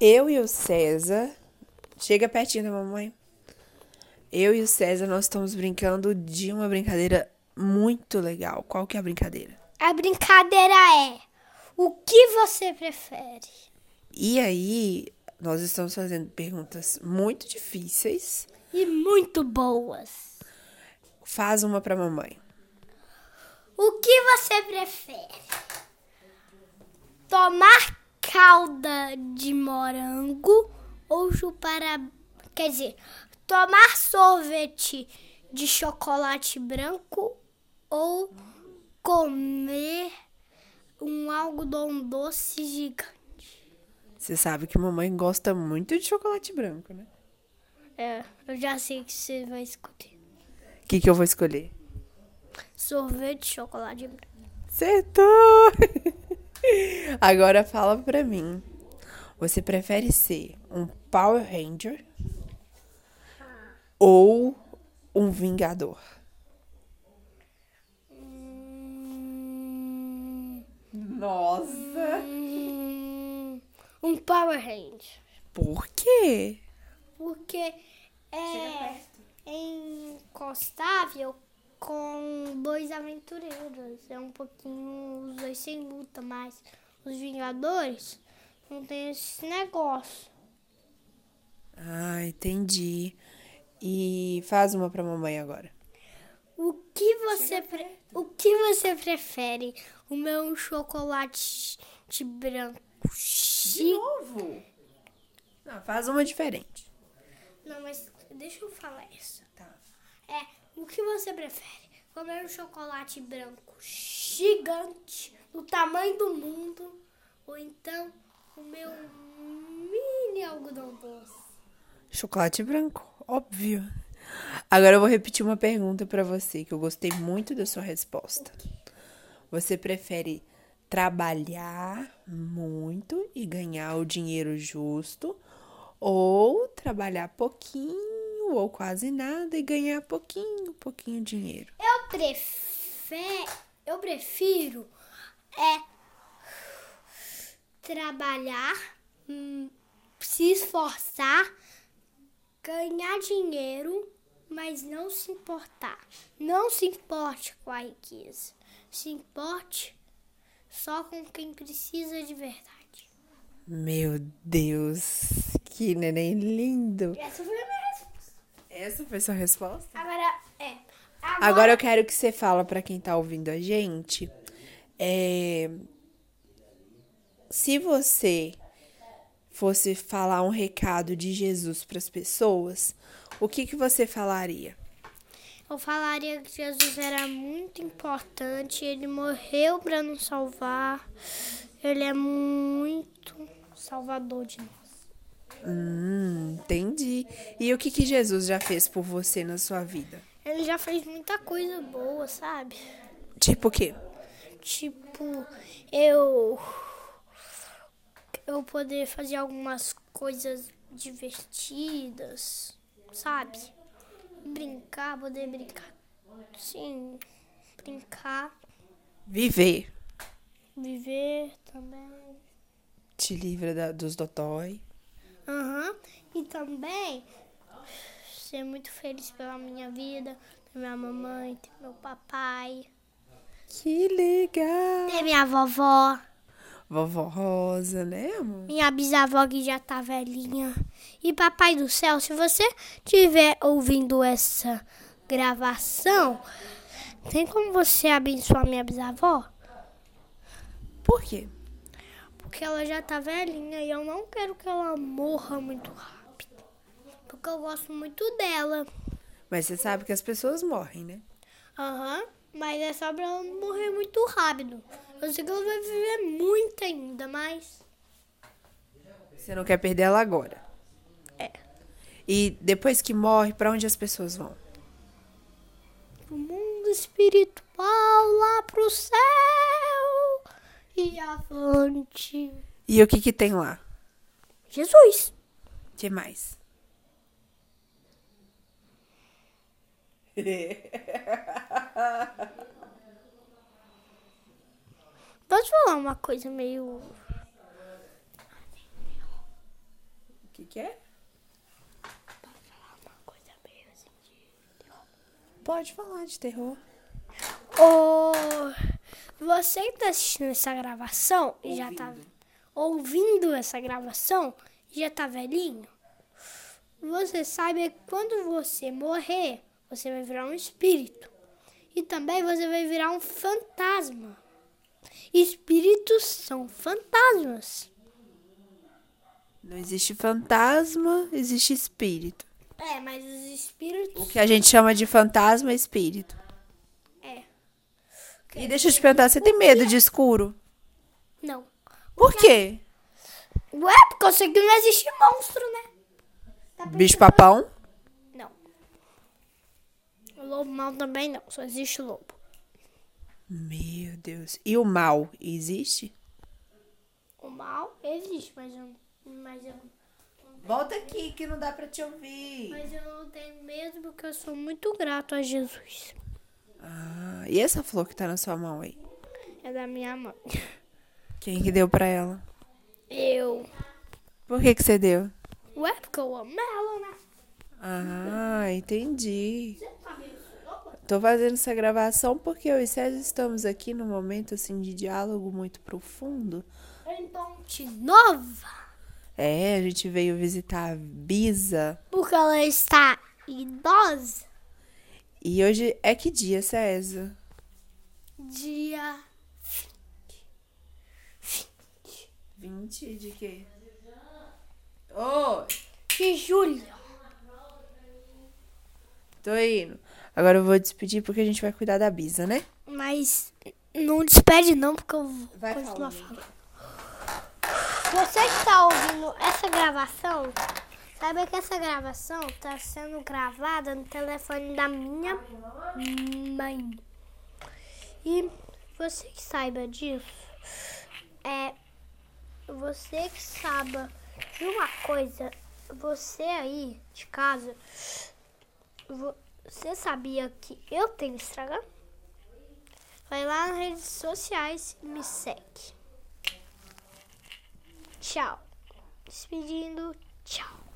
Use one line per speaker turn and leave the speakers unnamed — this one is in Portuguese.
Eu e o César. Chega pertinho da mamãe. Eu e o César, nós estamos brincando de uma brincadeira muito legal. Qual que é a brincadeira?
A brincadeira é: o que você prefere?
E aí, nós estamos fazendo perguntas muito difíceis.
E muito boas.
Faz uma pra mamãe.
O que você prefere? Tomar calda de morango ou chupar a. Quer dizer, tomar sorvete de chocolate branco ou comer um algodão doce gigante.
Você sabe que mamãe gosta muito de chocolate branco, né?
É, eu já sei que você vai escolher.
O que, que eu vou escolher?
Sorvete de chocolate branco.
Acertou! Agora fala pra mim. Você prefere ser um Power Ranger ou um Vingador? Nossa!
Hum, um Power Ranger.
Por quê?
Porque é encostável com dois aventureiros. É um pouquinho. Os dois sem luta, mas os Vingadores não tem esse negócio.
Ah, entendi. E faz uma pra mamãe agora.
O que você, pre- o que você prefere? O meu chocolate branco. chi-
novo? Não, faz uma diferente.
Não, mas deixa eu falar isso.
Tá.
É, o que você prefere? Comer um chocolate branco gigante, do tamanho do mundo, ou então o meu mini algodão doce?
Chocolate branco, óbvio. Agora eu vou repetir uma pergunta pra você que eu gostei muito da sua resposta. Você prefere trabalhar muito e ganhar o dinheiro justo ou trabalhar pouquinho ou quase nada e ganhar pouquinho, pouquinho dinheiro?
Eu prefiro, eu prefiro é trabalhar, hum, se esforçar, ganhar dinheiro, mas não se importar. Não se importe com a riqueza. Se importe só com quem precisa de verdade.
Meu Deus, que neném lindo.
Essa foi a minha resposta.
Essa foi sua resposta?
Agora é.
Agora eu quero que você fala pra quem tá ouvindo a gente. é, se você fosse falar um recado de Jesus pras pessoas, o que que você falaria?
Eu falaria que Jesus era muito importante, ele morreu para nos salvar. Ele é muito salvador de nós.
Hum, entendi. E o que que Jesus já fez por você na sua vida?
Ele já fez muita coisa boa, sabe?
Tipo o quê?
Tipo, eu eu poder fazer algumas coisas divertidas, sabe? Brincar, poder brincar. Sim, brincar,
Viver.
viver também.
Te livra da- dos dotói.
Aham. E também ser muito feliz pela minha vida, ter minha mamãe, ter meu papai,
Que legal.
ter minha vovó,
Vovó Rosa, né, amor?
minha bisavó que já tá velhinha. E papai do céu, se você estiver ouvindo essa gravação, tem como você abençoar minha bisavó?
Por quê?
Porque ela já tá velhinha e eu não quero que ela morra muito rápido. Porque eu gosto muito dela.
Mas você sabe que as pessoas morrem, né?
Aham, mas é só pra ela não morrer muito rápido. Eu sei que ela vai viver muito ainda, mas.
Você não quer perder ela agora.
É.
E depois que morre, pra onde as pessoas vão?
O mundo espiritual lá pro céu e avante.
E o que que tem lá?
Jesus!
O que mais?
Posso falar uma coisa meio.
que, que é?
Coisa meio assim de-
Pode falar de terror.
Ô, você que tá assistindo essa gravação e já tá
Ouvindo.
ouvindo essa gravação e já tá velhinho? Você sabe é que quando você morrer, você vai virar um espírito. E também você vai virar um fantasma. Espíritos são fantasmas.
Não existe fantasma, existe espírito.
É, mas os espíritos.
O que a gente chama de fantasma é espírito.
É.
E deixa eu te perguntar, você tem medo de escuro?
Não.
Por quê?
Ué, porque eu sei que não existe monstro, né? Tá
Bicho papão?
Não. O lobo mau também não, só existe o lobo.
Meu Deus. E o mal existe?
O mal existe, mas eu, mas eu,
Volta aqui que não dá para te ouvir.
mas eu não tenho medo porque eu sou muito grato a Jesus.
Ah, e essa flor que tá na sua mão aí?
É da minha mãe.
Quem que deu pra ela?
Eu.
Por que que você deu?
Ué, porque eu amo ela, né?
Ah, entendi. Tô fazendo essa gravação porque eu e César estamos aqui num momento assim de diálogo muito profundo.
Então, de nova,
É, a gente veio visitar a Bisa.
porque ela está idosa,
E hoje é que dia, César?
dia
20 de quê? Ô,
de julho.
tô indo. Agora eu vou despedir porque a gente vai cuidar da Bisa, né?
Mas não despede não, porque eu vou
Vai
continuar
falando.
falando. Você que está ouvindo essa gravação, sabe que essa gravação está sendo gravada no telefone da minha mãe. E você que saiba disso, é você que saiba de uma coisa, você aí de casa, vo- você sabia que eu tenho Instagram? Vai lá nas redes sociais e me segue. Tchau. Despedindo, tchau.